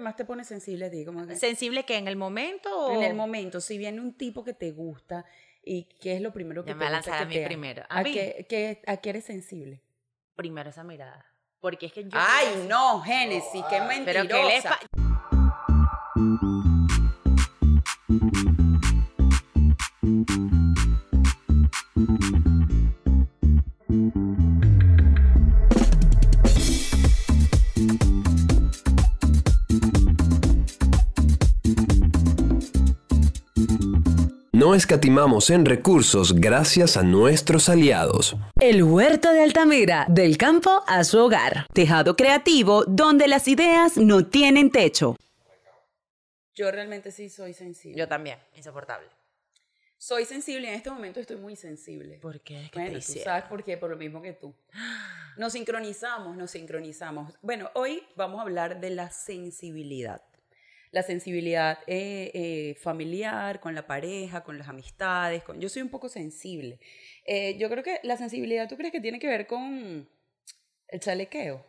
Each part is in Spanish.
más te pone sensible a ti. Como que- ¿Sensible que en el momento o...? en el momento, si viene un tipo que te gusta y qué es lo primero que Ya te me va a gusta lanzar que a mí te haga? primero. A ¿A, mí. qué, qué- a qué eres sensible? Primero esa mirada. Porque es que yo... Ay, no, Génesis, qué Pero mentirosa. que les fa- No escatimamos en recursos gracias a nuestros aliados. El huerto de Altamira, del campo a su hogar. Tejado creativo donde las ideas no tienen techo. Yo realmente sí soy sensible. Yo también, insoportable. Soy sensible, en este momento estoy muy sensible. ¿Por qué? ¿Qué te Bueno, tú hicieron? sabes por qué, por lo mismo que tú. Nos sincronizamos, nos sincronizamos. Bueno, hoy vamos a hablar de la sensibilidad. La sensibilidad eh, eh, familiar, con la pareja, con las amistades. Con... Yo soy un poco sensible. Eh, yo creo que la sensibilidad, ¿tú crees que tiene que ver con el chalequeo?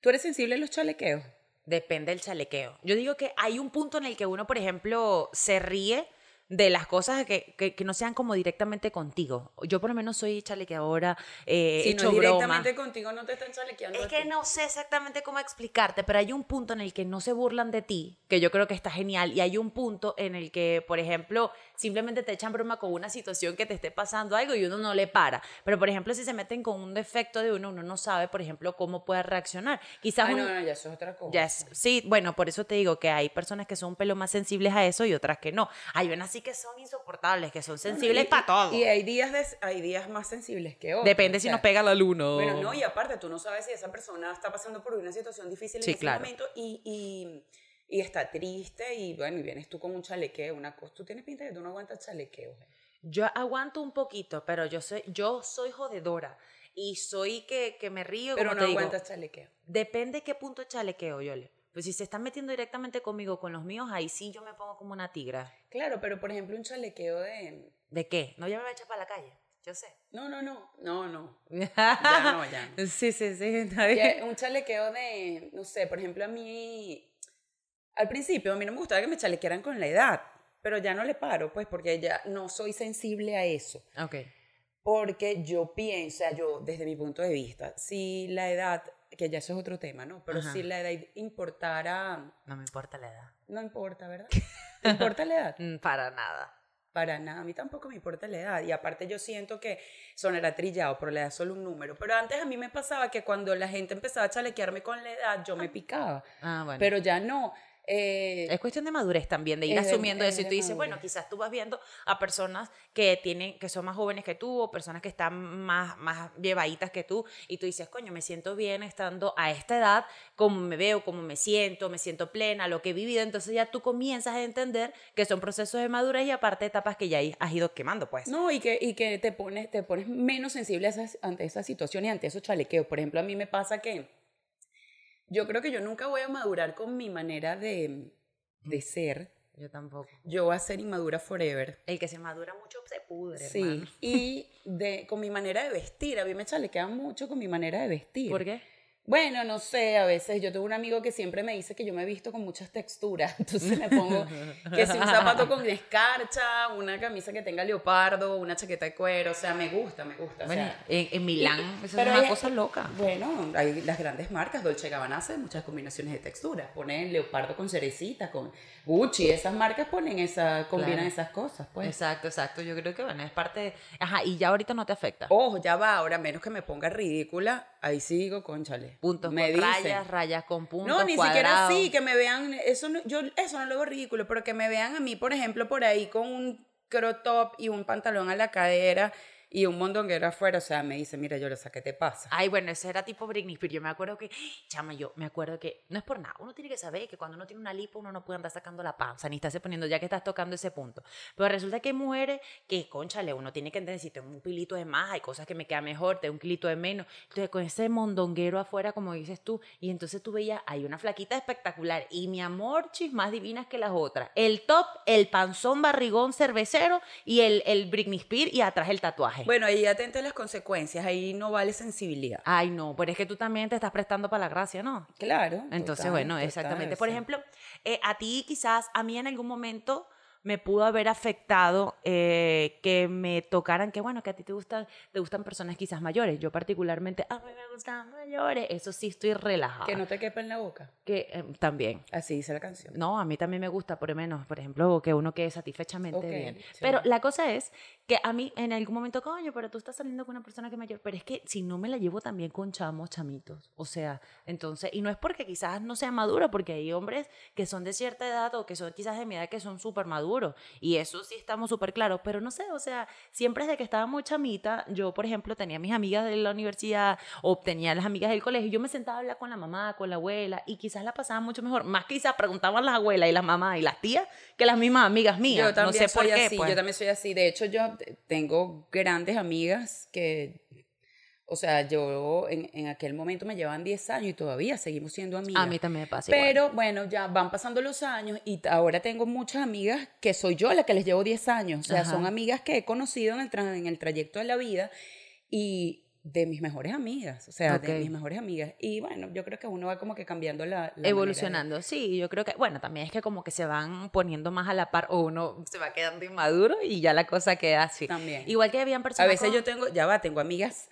¿Tú eres sensible a los chalequeos? Depende del chalequeo. Yo digo que hay un punto en el que uno, por ejemplo, se ríe de las cosas que, que- que no sean como directamente contigo. Yo por lo menos soy chalequeadora, eh, si echo no es broma. directamente contigo, no te están chalequeando. Es a que ti. no sé exactamente cómo explicarte, pero hay un punto en el que no se burlan de ti, que yo creo que está genial, y hay un punto en el que, por ejemplo, simplemente te echan broma con una situación que te esté pasando algo y uno no le para. Pero, por ejemplo, si se meten con un defecto de uno, uno no sabe, por ejemplo, cómo puede reaccionar. Quizás Ah, un- no, no, ya eso es otra cosa. ya es- sí, bueno, por eso te digo que hay personas que son un pelo más sensibles a eso y otras que no. Hay unas sí que son insoportables, que son sensibles Y- para todo. Y hay días, de- hay días más sensibles que otros. Depende o si sea, nos pega la luna. o- Bueno, no, y aparte tú no sabes si esa persona está pasando por una situación difícil Sí, en ese claro. momento y, y- y está triste y bueno, y vienes tú con un chalequeo, una cosa. Tú tienes pinta de que tú no aguantas ¿eh? chalequeo. Yo aguanto un poquito, pero yo soy, yo soy jodedora y soy que, que me río. Pero como no te digo. aguantas chalequeo. Depende qué punto chalequeo, Yole. Pues si se están metiendo directamente conmigo, con los míos, ahí sí yo me pongo como una tigra. Claro, pero por ejemplo un chalequeo de... ¿De qué? No, ya me voy a echar para la calle. Yo sé. No, no, no, no, no. Ya no, ya no. Sí, sí, sí. está bien. Que un chalequeo de, no sé, por ejemplo a mí, al principio a mí no me gustaba que me chalequearan con la edad, pero ya no le paro, pues porque ya no soy sensible a eso. Ok. Porque yo pienso, o sea, yo desde mi punto de vista, si la edad, que ya eso es otro tema, ¿no? Pero Ajá. si la edad importara, No me importa la edad. no importa, ¿verdad? ¿Te importa la edad? Mm, Para nada. Para nada, a mí tampoco me importa la edad. Y aparte yo siento que sonará trillado, pero la edad es solo un número. Pero antes a mí me pasaba que cuando la gente empezaba a chalequearme con la edad, yo me picaba. Ah, bueno. Pero ya no. Eh, Es cuestión de madurez también, de ir Es de- asumiendo es eso. Y de tú dices, bueno, madurez. quizás tú vas viendo a personas que tienen, que son más jóvenes que tú, o personas que están más, más llevaditas que tú, y tú dices, coño, me siento bien estando a esta edad, como me veo, como me siento, me siento plena, lo que he vivido. Entonces ya tú comienzas a entender que son procesos de madurez y aparte etapas que ya has ido quemando, pues. No, y que, y que te, pones, te pones menos sensible a esas- ante esas situaciones, ante esos chalequeos. Por ejemplo, a mí me pasa que yo creo que yo nunca voy a madurar con mi manera de, de ser. Yo tampoco. Yo voy a ser inmadura forever. El que se madura mucho se pudre. Sí, hermano. y de, con mi manera de vestir. A mí me chalequean mucho con mi manera de vestir. ¿Por qué? Bueno, no sé, a veces yo tengo un amigo que siempre me dice que yo me he visto con muchas texturas, entonces me pongo que si un zapato con escarcha, una camisa que tenga leopardo, una chaqueta de cuero, o sea, me gusta, me gusta. o Bueno, sea. en, en Milán, eso es Pero una es- cosa loca. Bueno, hay las grandes marcas, Dolce Gabbana hace muchas combinaciones de texturas, ponen leopardo con cerecita, con Gucci, esas marcas ponen esa, combinan Claro. esas cosas, pues. Exacto, exacto. Yo creo que, bueno, es parte de... Ajá, y ya ahorita no te afecta. Ojo, ya va, ahora menos que me ponga ridícula, ahí sí digo, conchale. puntos me con dicen. rayas, rayas con puntos. No, ni siquiera cuadrados. así, que me vean, eso no, yo eso no lo veo ridículo, pero que me vean a mí, por ejemplo, por ahí con un crop top y un pantalón a la cadera y un mondonguero afuera, o sea, me dice, mira, yo lo sé, ¿qué te pasa? Ay, bueno, eso era tipo Britney Spears. Yo me acuerdo que, chama, yo me acuerdo que, no es por nada, uno tiene que saber que cuando uno tiene una lipo uno no puede andar sacando la panza, ni estarse poniendo, ya que estás tocando ese punto. Pero resulta que hay mujeres que, conchale, uno tiene que entender, si tengo un kilito de más, hay cosas que me queda mejor, tengo un kilito de menos. Entonces, con ese mondonguero afuera, como dices tú, y entonces tú veías, hay una flaquita espectacular, y mi amor, chis, más divinas que las otras. El top, el panzón, barrigón, cervecero, y el, el Britney Spears, y atrás el tatuaje. viaje. Bueno, ahí atente a las consecuencias, ahí no vale sensibilidad. Ay, no, pero es que tú también te estás prestando para la gracia, ¿no? Claro. Entonces, total, bueno, total, exactamente. Por sí. ejemplo, eh, a ti quizás, a mí en algún momento me pudo haber afectado eh, que me tocaran, que bueno, que a ti te gustan, te gustan personas quizás mayores. Yo particularmente, a mí me gustan mayores. Eso sí, estoy relajada. Que no te quepa en la boca. Que, eh, también. Así dice la canción. No, a mí también me gusta, por lo menos, por ejemplo, que uno quede satisfechamente Ok, bien. sí. Pero la cosa es que a mí en algún momento, coño, pero tú estás saliendo con una persona que es mayor, pero es que si no me la llevo también con chamos, chamitos. O sea, entonces, y no es porque quizás no sea maduro, porque hay hombres que son de cierta edad o que son quizás de mi edad que son súper maduros. Y eso sí estamos súper claros, pero no sé, o sea, siempre desde que estaba muy chamita, yo, por ejemplo, tenía mis amigas de la universidad o tenía las amigas del colegio, yo me sentaba a hablar con la mamá, con la abuela, y quizás la pasaba mucho mejor. Más quizás preguntaban las abuelas y las mamás y las tías que las mismas amigas mías. Yo también no sé por soy qué. así, pues. yo también soy así. De hecho, yo te- tengo grandes amigas que, o sea, yo en, en aquel momento me llevaban 10 años y todavía seguimos siendo amigas. A mí también me pasa. igual. Pero bueno, ya van pasando los años y t- ahora tengo muchas amigas que soy yo la que les llevo 10 años. O sea, Ajá. son amigas que he conocido en el, tra- en el trayecto de la vida y de mis mejores amigas, o sea, Ok. de mis mejores amigas. Y bueno, yo creo que uno va como que cambiando la... la manera de- Evolucionando, sí, yo creo que, bueno, también es que como que se van poniendo más a la par o uno se va quedando inmaduro y ya la cosa queda así. También. Igual que habían personas A veces con- yo tengo, ya va, tengo amigas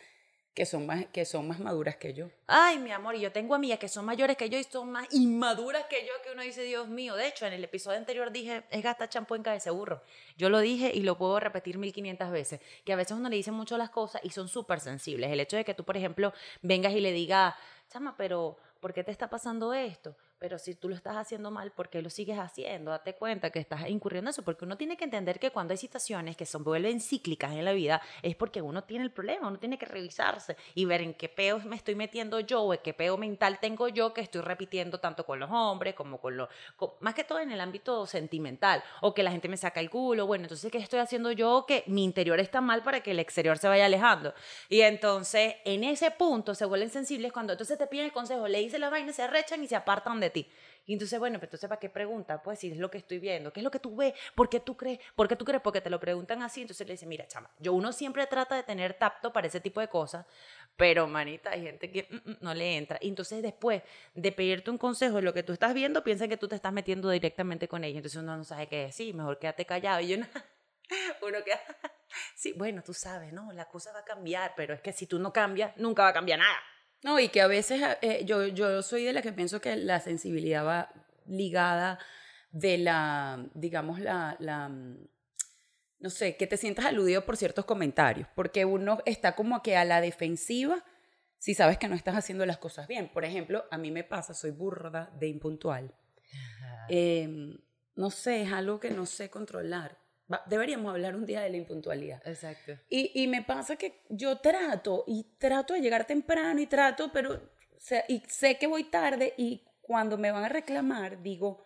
que son más, que son más maduras que yo. Ay, mi amor, y yo tengo amigas que son mayores que yo y son más inmaduras que yo, que uno dice, Dios mío. De hecho, en el episodio anterior dije, es gastar champú en cabeza de burro. Yo lo dije y lo puedo repetir 1500 veces, que a veces uno le dice mucho las cosas y son súper sensibles. El hecho de que tú, por ejemplo, vengas y le digas, chama, pero ¿por qué te está pasando esto? Pero si tú lo estás haciendo mal, ¿por qué lo sigues haciendo? Date cuenta que estás incurriendo en eso, porque uno tiene que entender que cuando hay situaciones que son vuelven cíclicas en la vida, es porque uno tiene el problema, uno tiene que revisarse y ver en qué peos me estoy metiendo yo o en qué peo mental tengo yo que estoy repitiendo tanto con los hombres como con los... con- más que todo en el ámbito sentimental, o que la gente me saca el culo, bueno, entonces, ¿qué estoy haciendo yo que mi interior está mal para que el exterior se vaya alejando? Y entonces, en ese punto se vuelven sensibles cuando entonces te piden el consejo, le dicen las vainas, se arrechan y se apartan de ti. Y entonces, bueno, pero entonces, ¿para qué pregunta? Pues si es lo que estoy viendo, ¿qué es lo que tú ves? ¿Por qué tú crees? ¿Por qué tú crees? Porque te lo preguntan así, entonces le dicen, mira, chama, yo uno siempre trata de tener tacto para ese tipo de cosas, pero manita, hay gente que mm, mm, no le entra. Y entonces después de pedirte un consejo de lo que tú estás viendo, piensan que tú te estás metiendo directamente con ella, entonces uno no sabe qué decir, mejor quédate callado. Y yo, no, uno queda, sí, bueno, tú sabes, ¿no? La cosa va a cambiar, pero es que si tú no cambias, nunca va a cambiar nada. No, y que a veces eh, yo, yo soy de la que pienso que la sensibilidad va ligada de la, digamos, la, la, mm, no sé, que te sientas aludido por ciertos comentarios, porque uno está como que a la defensiva si sabes que no estás haciendo las cosas bien. Por ejemplo, a mí me pasa, soy burda de impuntual. Eh, no sé, es algo que no sé controlar. Va- Deberíamos hablar un día de la impuntualidad. Exacto. Y, y me pasa que yo trato y trato de llegar temprano y trato, pero o sea, y sé que voy tarde y cuando me van a reclamar digo,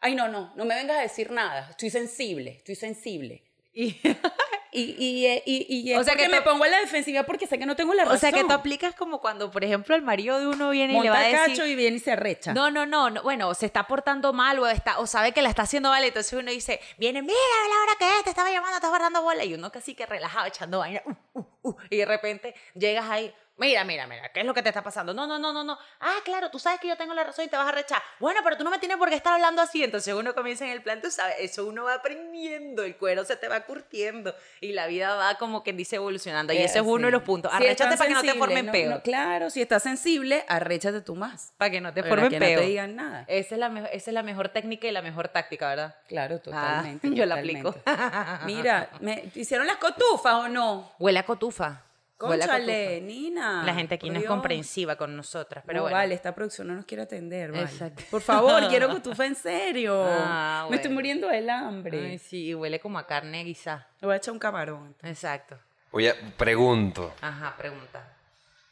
ay no, no, no me vengas a decir nada, estoy sensible, estoy sensible. Y- Y, y, eh, y, y es O sea que porque me tú- pongo en la defensiva porque sé que no tengo la razón. O sea que tú aplicas como cuando, por ejemplo, el marido de uno viene y le Monta va a el decir. cacho y viene y se recha. No, no, no, no, bueno, se está portando mal o, está, o sabe que la está haciendo mal, entonces uno dice, viene, mira la hora que es, te estaba llamando, estaba dando bola, y uno casi que relajado, echando vaina, uh, uh, uh, y de repente llegas ahí, mira, mira, mira, ¿qué es lo que te está pasando? No, no, no, no, no, ah, claro, tú sabes que yo tengo la razón y te vas a rechar, bueno, pero tú no me tienes por qué estar hablando así, entonces uno comienza en el plan, tú sabes, eso uno va aprendiendo, el cuero se te va curtiendo, y la vida va como que dice evolucionando, y Eh, ese es uno sí. de los puntos, Si arrechate estás para que no te sensible, formen peo, no, Claro, si estás sensible, arréchate tú más. para que no te Para formen que peo. no te digan nada. Esa es la, mejo- esa es la mejor técnica y la mejor táctica, ¿verdad? Claro, Ah, totalmente. yo la totalmente. aplico. Mira, ¿me hicieron las cotufas o no? Huele a cotufa. Huele a Cónchale, cotufa. Nina. La gente aquí por no es Dios. comprensiva con nosotras, pero No, bueno. vale, esta producción no nos quiere atender, vale. Exacto. Por favor, quiero cotufa en serio. Ah, Me estoy bueno. muriendo del hambre. Ay, sí, huele como a carne guisada. Le voy a echar un camarón. Exacto. Oye, pregunto, Ajá, pregunta.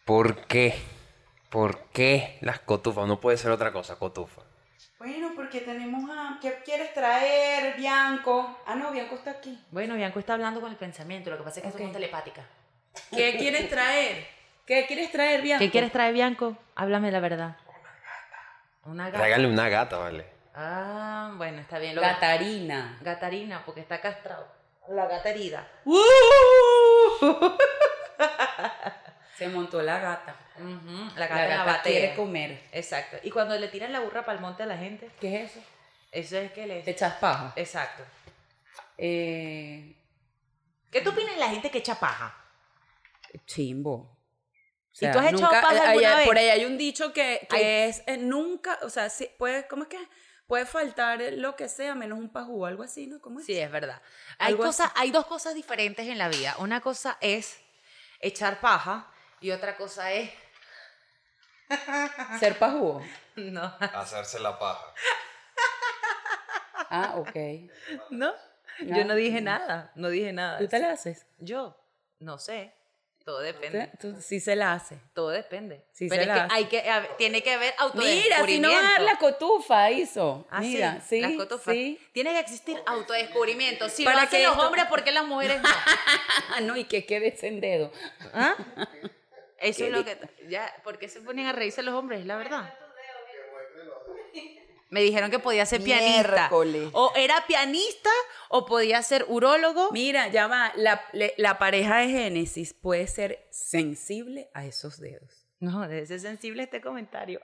¿por qué? ¿Por qué las cotufas? No puede ser otra cosa, cotufa. Bueno, porque tenemos a... ¿Qué quieres traer, Bianco? Ah, no, Bianco está aquí. Bueno, Bianco está hablando con el pensamiento, lo que pasa es que somos Ok. telepática. ¿Qué quieres traer? ¿Qué quieres traer, Bianco? ¿Qué quieres traer, Bianco? Háblame la verdad. Una gata. Una gata. Regale una gata, vale. Ah, bueno, está bien. lo- Gatarina. Gatarina, porque está castrado. La gata herida. ¡Uh! Se montó la gata. Ujú, La La gata, gata, en la batea. quiere comer. Exacto. Y cuando le tiran la burra para el monte a la gente, ¿Qué es eso? eso es que Te le... echas paja. Exacto. Eh, ¿Qué tú opinas de la gente que echa paja? chimbo. O ¿Y tú has echado paja hay- alguna hay- vez? Por ahí hay un dicho que, que Ay. es eh, nunca, o sea, sí, puede, ¿cómo es que? Puede faltar lo que sea, menos un pajú o algo así, ¿no? ¿Cómo es? Sí, es verdad. Hay, Algo cosas, hay dos cosas diferentes en la vida. Una cosa es echar paja y otra cosa es... Ser pajú. No, Hacerse la paja. Ah, ok. no. Yo no dije nada, no dije nada. ¿Tú te la haces? Yo no sé. Todo depende. ¿Te- tú- sí se la hace. Todo depende. Sí, Pero se es la que hace. hay que a ver, tiene que haber autodescubrimiento. Mira, si no va a dar la cotufa, hizo. Ah, sí, Mira, sí, las cotufas. sí. Tiene que existir autodescubrimiento. Si Para lo hacen que los esto- hombres, ¿por qué las mujeres no? Ah, no, y que quede en dedo. ¿Ah? Eso es lo que ya, ¿por qué se ponen a reírse los hombres? Es la verdad. Me dijeron que podía ser pianista. Miércoles. O era pianista o podía ser urólogo. Mira, ya va, la, le- la pareja de Génesis puede ser sensible a esos dedos. No, debe ser sensible este comentario.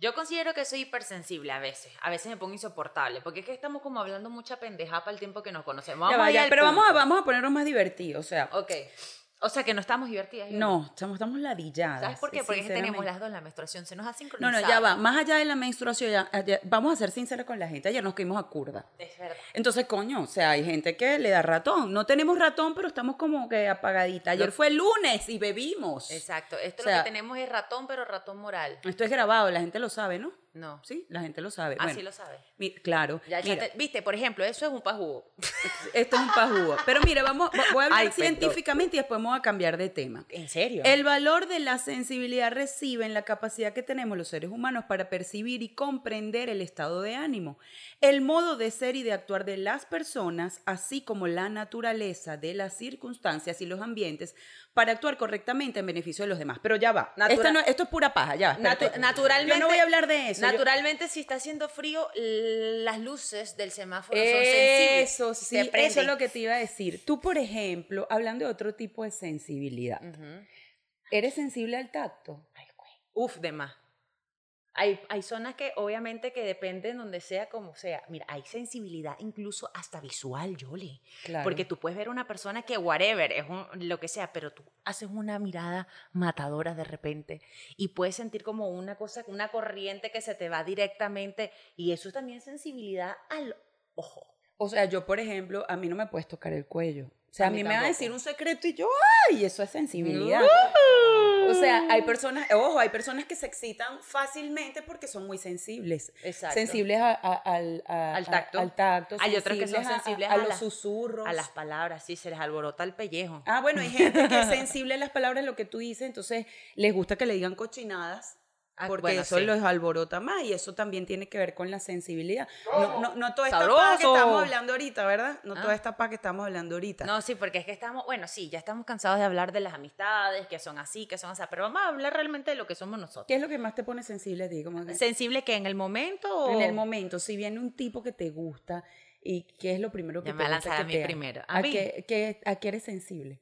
Yo considero que soy hipersensible a veces. A veces me pongo insoportable. Porque es que estamos como hablando mucha pendejada para el tiempo que nos conocemos. Vamos Ya va, ahí ya, al pero vamos a, punto. vamos a ponernos más divertidos, o sea, Ok. O sea que no estamos divertidas. ¿eh? no, estamos, estamos ladilladas. ¿Sabes por qué? Porque es que tenemos sinceramente. las dos la menstruación. Se nos ha No, sincronizado. no, ya va, más allá de la menstruación, ya- ya- vamos a ser sinceros con la gente, ayer nos caímos a curda. Es verdad. Entonces, coño, o sea, hay gente que le da ratón. No tenemos ratón, pero estamos como que apagadita. Ayer Lo- fue lunes y bebimos. Exacto. Esto O lo sea- que tenemos es ratón, pero ratón moral. Esto es grabado, la gente lo sabe, ¿no? No. Sí, la gente lo sabe. Así Bueno, Ah, lo sabes. mi- claro. Ya mira, echaste- Viste, por ejemplo, eso es un pajugo. Esto es un pajúo. Pero mira, vamos, vo- voy a hablar Ay, pues, perdón. científicamente y después vamos a cambiar de tema. ¿En serio? El valor de la sensibilidad recibe en la capacidad que tenemos los seres humanos para percibir y comprender el estado de ánimo, el modo de ser y de actuar de las personas, así como la naturaleza de las circunstancias y los ambientes para actuar correctamente en beneficio de los demás. Pero ya va. Natura- Esta no- esto es pura paja, ya. espérate. Natu- naturalmente. Yo no voy a hablar de eso. yo- Naturalmente, si está haciendo frío, l- las luces del semáforo son sensibles. Eso sí, Se eso es prenden. lo que te iba a decir. Tú, por ejemplo, hablando de otro tipo de sensibilidad, Ujú. ¿eres sensible al tacto? Uf, de más. Hay, hay zonas que obviamente que dependen donde sea como sea. Mira, hay sensibilidad incluso hasta visual, Yoli. Claro. Porque tú puedes ver una persona que whatever, es un- lo que sea, pero tú haces una mirada matadora de repente y puedes sentir como una cosa, una corriente que se te va directamente y eso es también sensibilidad al ojo. O sea, yo, por ejemplo, a mí no me puedes tocar el cuello. O sea, A a mí, mí me va a tampoco. decir un secreto y yo, ¡ay! Eso es sensibilidad. O sea, hay personas, ojo, hay personas que se excitan fácilmente porque son muy sensibles. Exacto. Sensibles a- a- al, a- Al a- tacto. al tacto, Hay otras que son a- a- sensibles a, a los las- susurros. A las palabras, sí, se les alborota el pellejo. Ah, bueno, hay gente que es sensible a las palabras, lo que tú dices, entonces les gusta que le digan cochinadas. Ah, Porque bueno, eso sí. los alborota más y eso también tiene que ver con la sensibilidad. No, no, no toda esta ¡Sabroso! paja que estamos hablando ahorita, ¿verdad? No Ah. toda esta paja que estamos hablando ahorita. No, sí, porque es que estamos, bueno, sí, ya estamos cansados de hablar de las amistades, que son así, que son así, pero vamos a hablar realmente de lo que somos nosotros. ¿Qué es lo que más te pone sensible a ti? Como que- ¿Sensible que en el momento o- en el momento, si viene un tipo que te gusta y qué es lo primero que Ya te me va a gusta lanzar que a mí te haga? primero. ¿A, A mí. qué, qué- a qué eres sensible?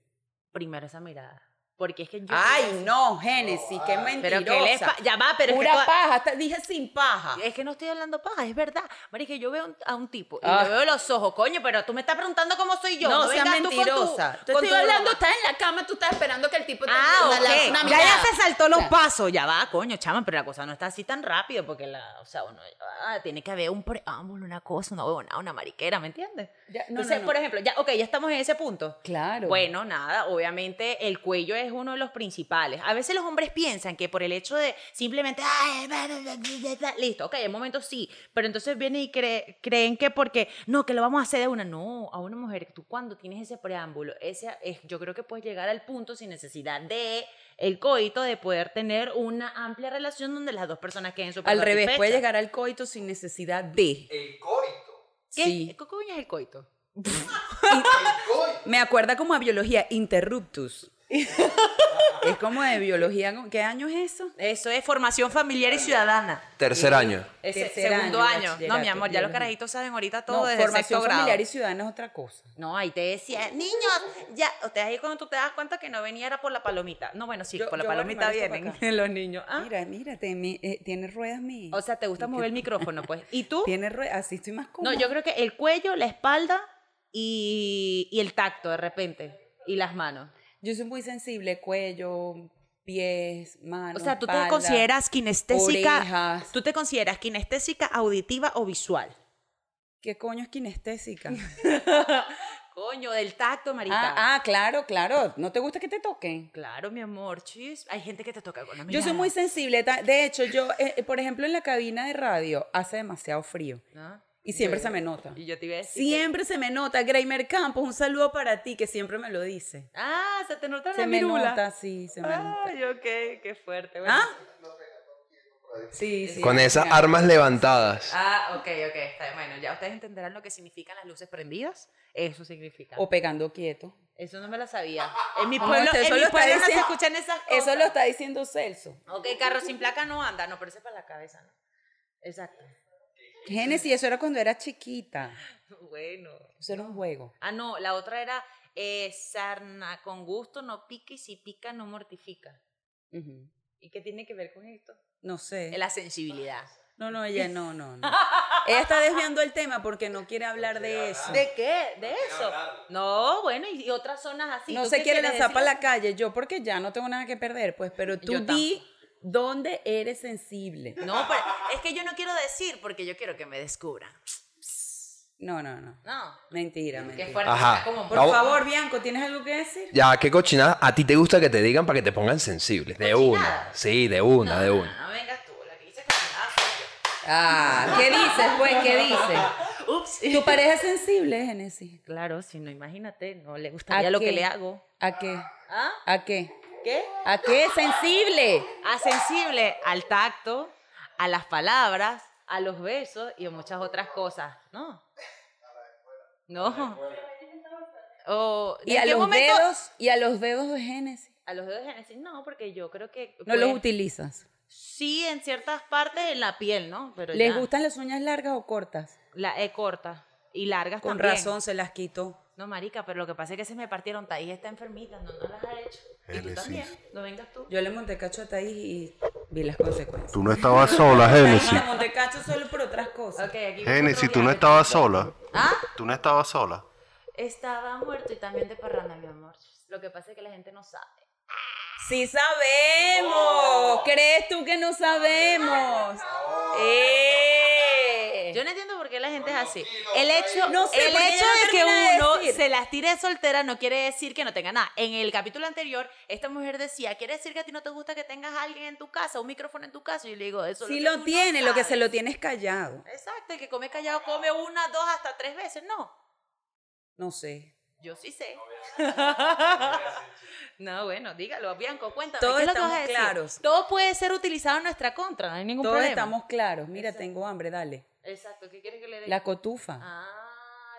Primero esa mirada. Porque es que yo... Ay, no, Génesis, qué mentirosa. Pero que les pa- ya va, pero es que Pura toda- paja, hasta dije sin paja. Es que no estoy hablando paja, es verdad. Marica, yo veo un- a un tipo y Ah. le veo los ojos, coño, pero tú me estás preguntando cómo soy yo. No, seas vengas tú con tu- mentirosa. Te con estoy tu hablando, broma. estás en la cama, tú estás esperando que el tipo te Ah, una- ok. lance una ya, mirada. ya se saltó los Claro. pasos. Ya va, coño, chama, pero la cosa no está así tan rápido porque la, o sea, uno ah, tiene que haber un preámbulo, una cosa, una huevonada, una mariquera, ¿me entiendes? Ya, no, Entonces, no, no. por ejemplo, ya, ok, ya estamos en ese punto. Claro. Bueno, nada, obviamente el cuello es uno de los principales. A veces los hombres piensan que por el hecho de simplemente, "Ay, bla, bla, bla, bla, bla", listo, ok, en momentos sí, pero entonces vienen y cre- creen que porque, no, que lo vamos a hacer de una, no, a una mujer, tú cuando tienes ese preámbulo, ese es, yo creo que puedes llegar al punto sin necesidad de el coito de poder tener una amplia relación donde las dos personas queden súper al revés, satisfechas. puede llegar al coito sin necesidad de. El coito. ¿Qué? Sí. ¿Qué coño es el coito? Me acuerda como a biología, interruptus. Es como de biología. ¿no? ¿Qué año es eso? Eso es formación familiar y ciudadana. Tercer año. Ese Tercer segundo año, año. No, bachillerato, mi amor, ya los biología. carajitos saben ahorita todo No, desde sexto formación grado. familiar y ciudadana es otra cosa. No, ahí te decía, niños, ya, ustedes ahí cuando tú te das cuenta que no venía era por la palomita. No, bueno, sí, Yo- por la yo voy a palomita armar esto pa' vienen acá. los niños. ¿ah? Mira, mira, te- mi- eh, tiene ruedas mi. O sea, te gusta mover el micrófono, pues. ¿Y tú? tiene ruedas, así estoy más cómoda. No, yo creo que el cuello, la espalda y, y el tacto de repente. Y las manos. Yo soy muy sensible, cuello, pies, O manos. sea, tú te espalda, consideras kinestésica. orejas. Tú te consideras kinestésica, auditiva o visual. ¿Qué coño es kinestésica? Coño, del tacto, marita. ah, ah, claro, claro. ¿No te gusta que te toquen? Claro, mi amor, chis. Hay gente que te toca con la mirada. Yo soy muy sensible. ta- De hecho, yo, eh, eh, por ejemplo, en la cabina de radio hace demasiado frío ¿No? y siempre se me nota. Y yo te iba a decir. Siempre se me nota. Graymer Campos, un saludo para ti que siempre me lo dice. que- Ah, se te nota la Se me mirula. nota, sí, se me nota. Ay, ok, qué fuerte. bueno. ¿Ah? Sí, sí. Con esas mira. armas levantadas. Ah, ok, ok. Está bien. Bueno, ya ustedes entenderán lo que significan las luces prendidas. Eso significa. O pegando quieto. Eso no me lo sabía. En mi No, pueblo, eso en mi lo está pueblo no se diciendo- escuchan esas cosas. Eso lo está diciendo Celso. Ok, carro sin placa no anda. No, pero ese es para la cabeza, ¿no? Exacto. Génesis, eso era cuando era chiquita. Bueno. Eso era un juego. Ah, no, la otra era eh, sarna con gusto no pica y si pica no mortifica. Ujú. ¿Y qué tiene que ver con esto? No sé. La sensibilidad. No, no, ella no, no, no. Ella está desviando el tema porque no quiere hablar de eso. ¿De qué? ¿De eso? No, bueno, y, y otras zonas así. no ¿Tú se qué quiere quieres lanzar para decir? la calle. Yo porque ya no tengo nada que perder, pues, pero tú Yo di dónde eres sensible. No, pero es que yo no quiero decir porque yo quiero que me descubran. No, no, no. No. Mentira, Qué mentira. fuerte. Ajá. está como- Por No. favor, Bianco, ¿tienes algo que decir? Ya, qué cochinada. A ti te gusta que te digan para que te pongan sensible. De Cochinada. una. Sí, de una, de una. No, vengas tú, la que dice cochinada soy Ah, ¿qué dices, pues? ¿Qué dices? yo. Ups. ¿Tu pareja es sensible, Génesis? Claro, si no, imagínate, no le ¿A gustaría Pues lo que qué? le hago. ¿A qué? ¿Ah? ¿A qué? ¿Qué? ¿A qué? ¡Sensible! A sensible al tacto, a las palabras, a los besos y a muchas otras cosas, ¿no? No. O, ¿Y a qué los momento? dedos? ¿Y a los dedos de Génesis? A los dedos de Génesis, no, porque yo creo que... No los pues, utilizas. Sí, en ciertas partes en la piel, ¿no? Pero ¿Les pues ya. gustan las uñas largas o cortas? La E corta y largas Con también. razón se las quitó. No, marica, pero lo que pasa es que se me partieron. Taís está enfermita, no, no las ha hecho. Y tú también, no vengas tú. Yo le monté cacho a Taís y vi las consecuencias. Tú no estabas sola, Génesis. Le monté cacho solo por otras cosas. Ok, aquí Génesis, otro tú no viaje. estabas sola. ¿Ah? Tú no estabas sola. Estaba muerto y también de parranda, mi amor. Lo que pasa es que la gente no sabe. Sí sabemos. ¿Crees tú que no sabemos? ¡Eh! Yo no entiendo por qué la gente es así. El hecho, No sé, el porque ella hecho no de que termina de uno decir. se las tire de soltera no quiere decir que no tenga nada. En el capítulo anterior, esta mujer decía, ¿quiere decir que a ti no te gusta que tengas a alguien en tu casa, un micrófono en tu casa? Y yo le digo, eso es Sí que tú lo no tiene, lo que se sabes". lo tiene es callado. Exacto, el que come callado come una, dos, hasta tres veces. No, No sé. yo sí sé. No, bueno, dígalo, Bianco, cuéntame. Todos ¿qué es lo que estamos vas a decir? claros. Todo puede ser utilizado en nuestra contra, no hay ningún Todos problema. estamos claros. Mira, tengo hambre, dale. Exacto, ¿qué quieres que le dé? La cotufa. Ah,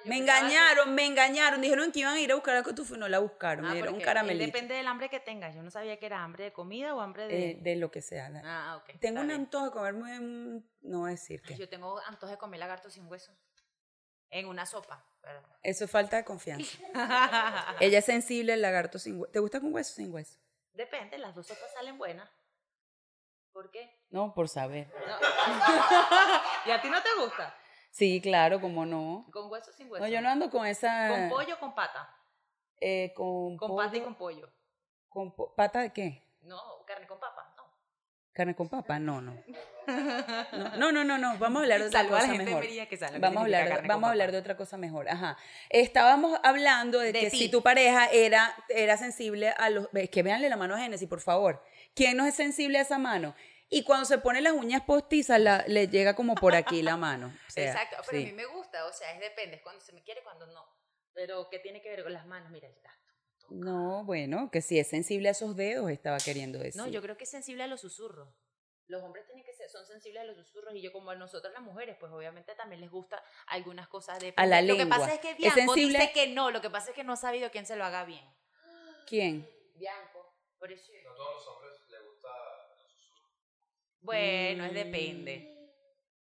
yo Me pensaba que- engañaron, me engañaron. Dijeron que iban a ir a buscar la cotufa y no la buscaron. Ah, Me dieron un porque caramelito. Depende del hambre que tengas. Yo no sabía que era hambre de comida o hambre de. eh, de lo que sea. la- ah, ok. Tengo está un bien. antojo de comerme un- No voy a decir Ay, qué. Yo tengo antojo de comer lagarto sin hueso. En una sopa. pero- Eso es falta de confianza. Ella es sensible al lagarto sin hueso. ¿Te gusta con hueso o sin hueso? Depende, las dos sopas salen buenas. ¿Por qué? No, por saber. No. ¿Y a ti no te gusta? Sí, claro, como no. ¿Con hueso o sin hueso? No, yo no ando con esa. ¿Con pollo o con pata? eh, con Con pata y pollo, con pollo. con po- ¿Pata de qué? No, carne con papa, no. ¿Carne con papa? No, no. No, no, no, no. no, Vamos a hablar de otra Saluda a la cosa gente de mejor. Mérida que sabe lo que Vamos a significa hablar, carne con vamos a hablar papa. de otra cosa mejor. Ajá. Estábamos hablando de, De que ti. si tu pareja era, era sensible a los. Es que véanle la mano a Génesis, por favor. ¿Quién no es sensible a esa mano? Y cuando se pone las uñas postizas, la- le llega como por aquí la mano. O sea, Exacto, pero sí. a mí me gusta, o sea, es depende, es cuando se me quiere, cuando no. Pero ¿qué tiene que ver con las manos? Mira, el tacto. No, bueno, que si es sensible a esos dedos, estaba queriendo decir. No, yo creo que es sensible a los susurros. Los hombres tienen que ser, son sensibles a los susurros y yo como a nosotras las mujeres, pues obviamente también les gusta algunas cosas de A la Lo que lengua. pasa es que ¿Es Bianco sensible? dice que no, lo que pasa es que no ha sabido quién se lo haga bien. ¿Quién? Bianco. Por eso. No a todos los hombres les gusta los susurros. Bueno, es Mm. depende.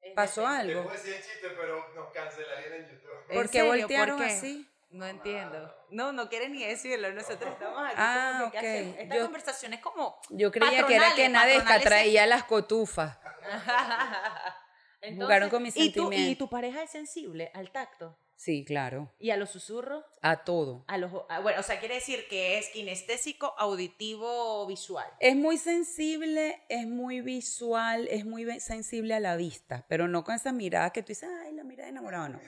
Es ¿Pasó depende. algo? decir el chiste, pero nos cancelarían en YouTube. ¿Por ¿En qué serio? voltearon ¿Por qué? así? No entiendo. No, no quieren ni decirlo. Nosotros estamos aquí. Ah, como que, ¿qué ok. hacemos? Esta Yo- conversación es como. Yo creía que era que Patronales, Nadesca patronales, ¿eh? traía las cotufas. Entonces, Jugaron con mis ¿y tú- sentimientos. ¿Y tu pareja es sensible al tacto? Sí, claro. ¿Y a los susurros? A todo. A los, a- bueno, o sea, quiere decir que es kinestésico, auditivo, visual. Es muy sensible, es muy visual, es muy ve- sensible a la vista, pero no con esa mirada que tú dices, ay, la mirada de enamorado, no.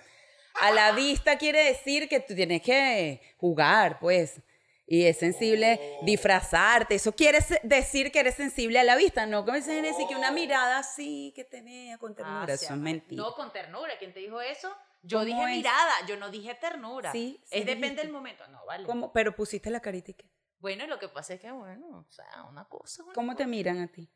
A la vista quiere decir que tú tienes que jugar, pues. Y es sensible Oh. disfrazarte. Eso quiere se- decir que eres sensible a la vista, no como ese decir que una mirada así que te vea con ternura. Ah, Eso sí, es mentira. No, con ternura. ¿Quién te dijo eso? Yo ¿Cómo dije es? mirada, yo no dije ternura. Sí, sí Es depende dijiste. del momento. No, vale. ¿Cómo? Pero pusiste la caritica. Bueno, lo que pasa es que, bueno, o sea, una cosa. una ¿Cómo te cosa. miran a ti?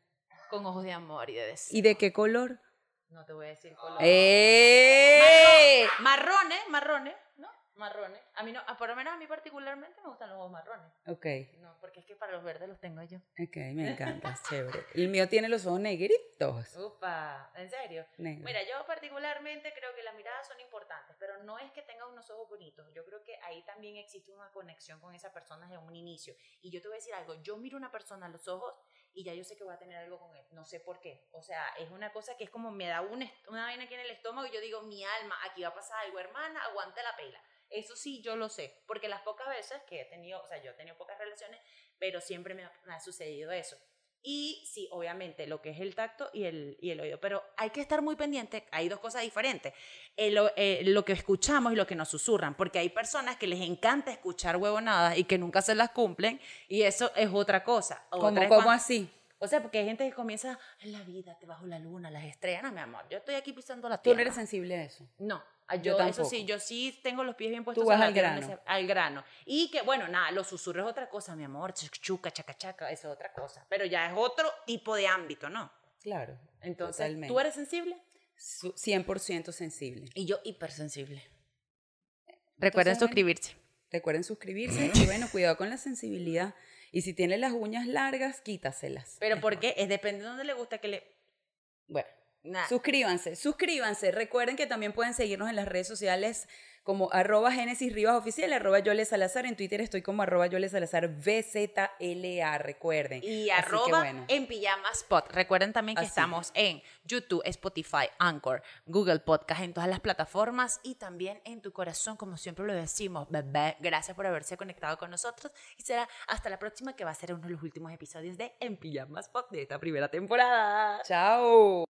Con ojos de amor y de deseo. ¿Y de qué color? No te voy a decir color. ¡Eh! Marrones, marrones, ¿no? Marrones. A mí no, a- por lo menos a mí particularmente me gustan los ojos marrones. Ok, No, porque es que para los verdes los tengo yo. ok, me encanta, es chévere. El mío tiene los ojos negritos. Upa, ¿en serio? Negro. Mira, yo particularmente creo que las miradas son importantes, pero no es que tengas unos ojos bonitos. Yo creo que ahí también existe una conexión con esa persona desde un inicio. Y yo te voy a decir algo, yo miro a una persona a los ojos y ya yo sé que voy a tener algo con él. No sé por qué. O sea, es una cosa que es como me da un est- una vaina aquí en el estómago y yo digo, mi alma, aquí va a pasar algo, hermana, aguante la pela. Eso sí, yo lo sé, porque las pocas veces que he tenido, o sea, yo he tenido pocas relaciones, pero siempre me ha- me ha sucedido eso. Y sí, obviamente, lo que es el tacto y el, y el oído. Pero hay que estar muy pendiente. Hay dos cosas diferentes. El o- eh, lo que escuchamos y lo que nos susurran. Porque hay personas que les encanta escuchar huevonadas y que nunca se las cumplen. Y eso es otra cosa. Otra ¿Cómo, es cómo cuando- así? O sea, porque hay gente que comienza en la vida, te bajo la luna, las estrellas. No, mi amor, yo estoy aquí pisando la Tú tierra. no eres sensible a eso. No, ah, Yo yo, eso tampoco. sí, yo sí tengo los pies bien puestos. vas sobre la al tierra en grano. ese- al grano. Y que, bueno, nada, los susurros es otra cosa, mi amor, ch- chuca, chaca, chaca, eso es otra cosa. Pero ya es otro tipo de ámbito, ¿no? Claro. Entonces, Totalmente. ¿tú eres sensible? Su- 100% sensible. Y yo hipersensible. Recuerden suscribirse. Recuerden suscribirse y bueno, cuidado con la sensibilidad. Y si tienen las uñas largas, quítaselas. Pero ¿por qué? Es depende de dónde le gusta que le... Bueno, Nada. suscríbanse, suscríbanse. Recuerden que también pueden seguirnos en las redes sociales como arroba Génesis Rivas Oficial, arroba Yole Salazar. En Twitter estoy como arroba Yole Salazar VZLA, recuerden. y Así que arroba bueno. en Pijama Spot. Recuerden también que Así. estamos en YouTube, Spotify, Anchor, Google Podcast, en todas las plataformas y también en tu corazón, como siempre lo decimos, bebé. Gracias por haberse conectado con nosotros y será hasta la próxima que va a ser uno de los últimos episodios de En Pijama Spot de esta primera temporada. Chao.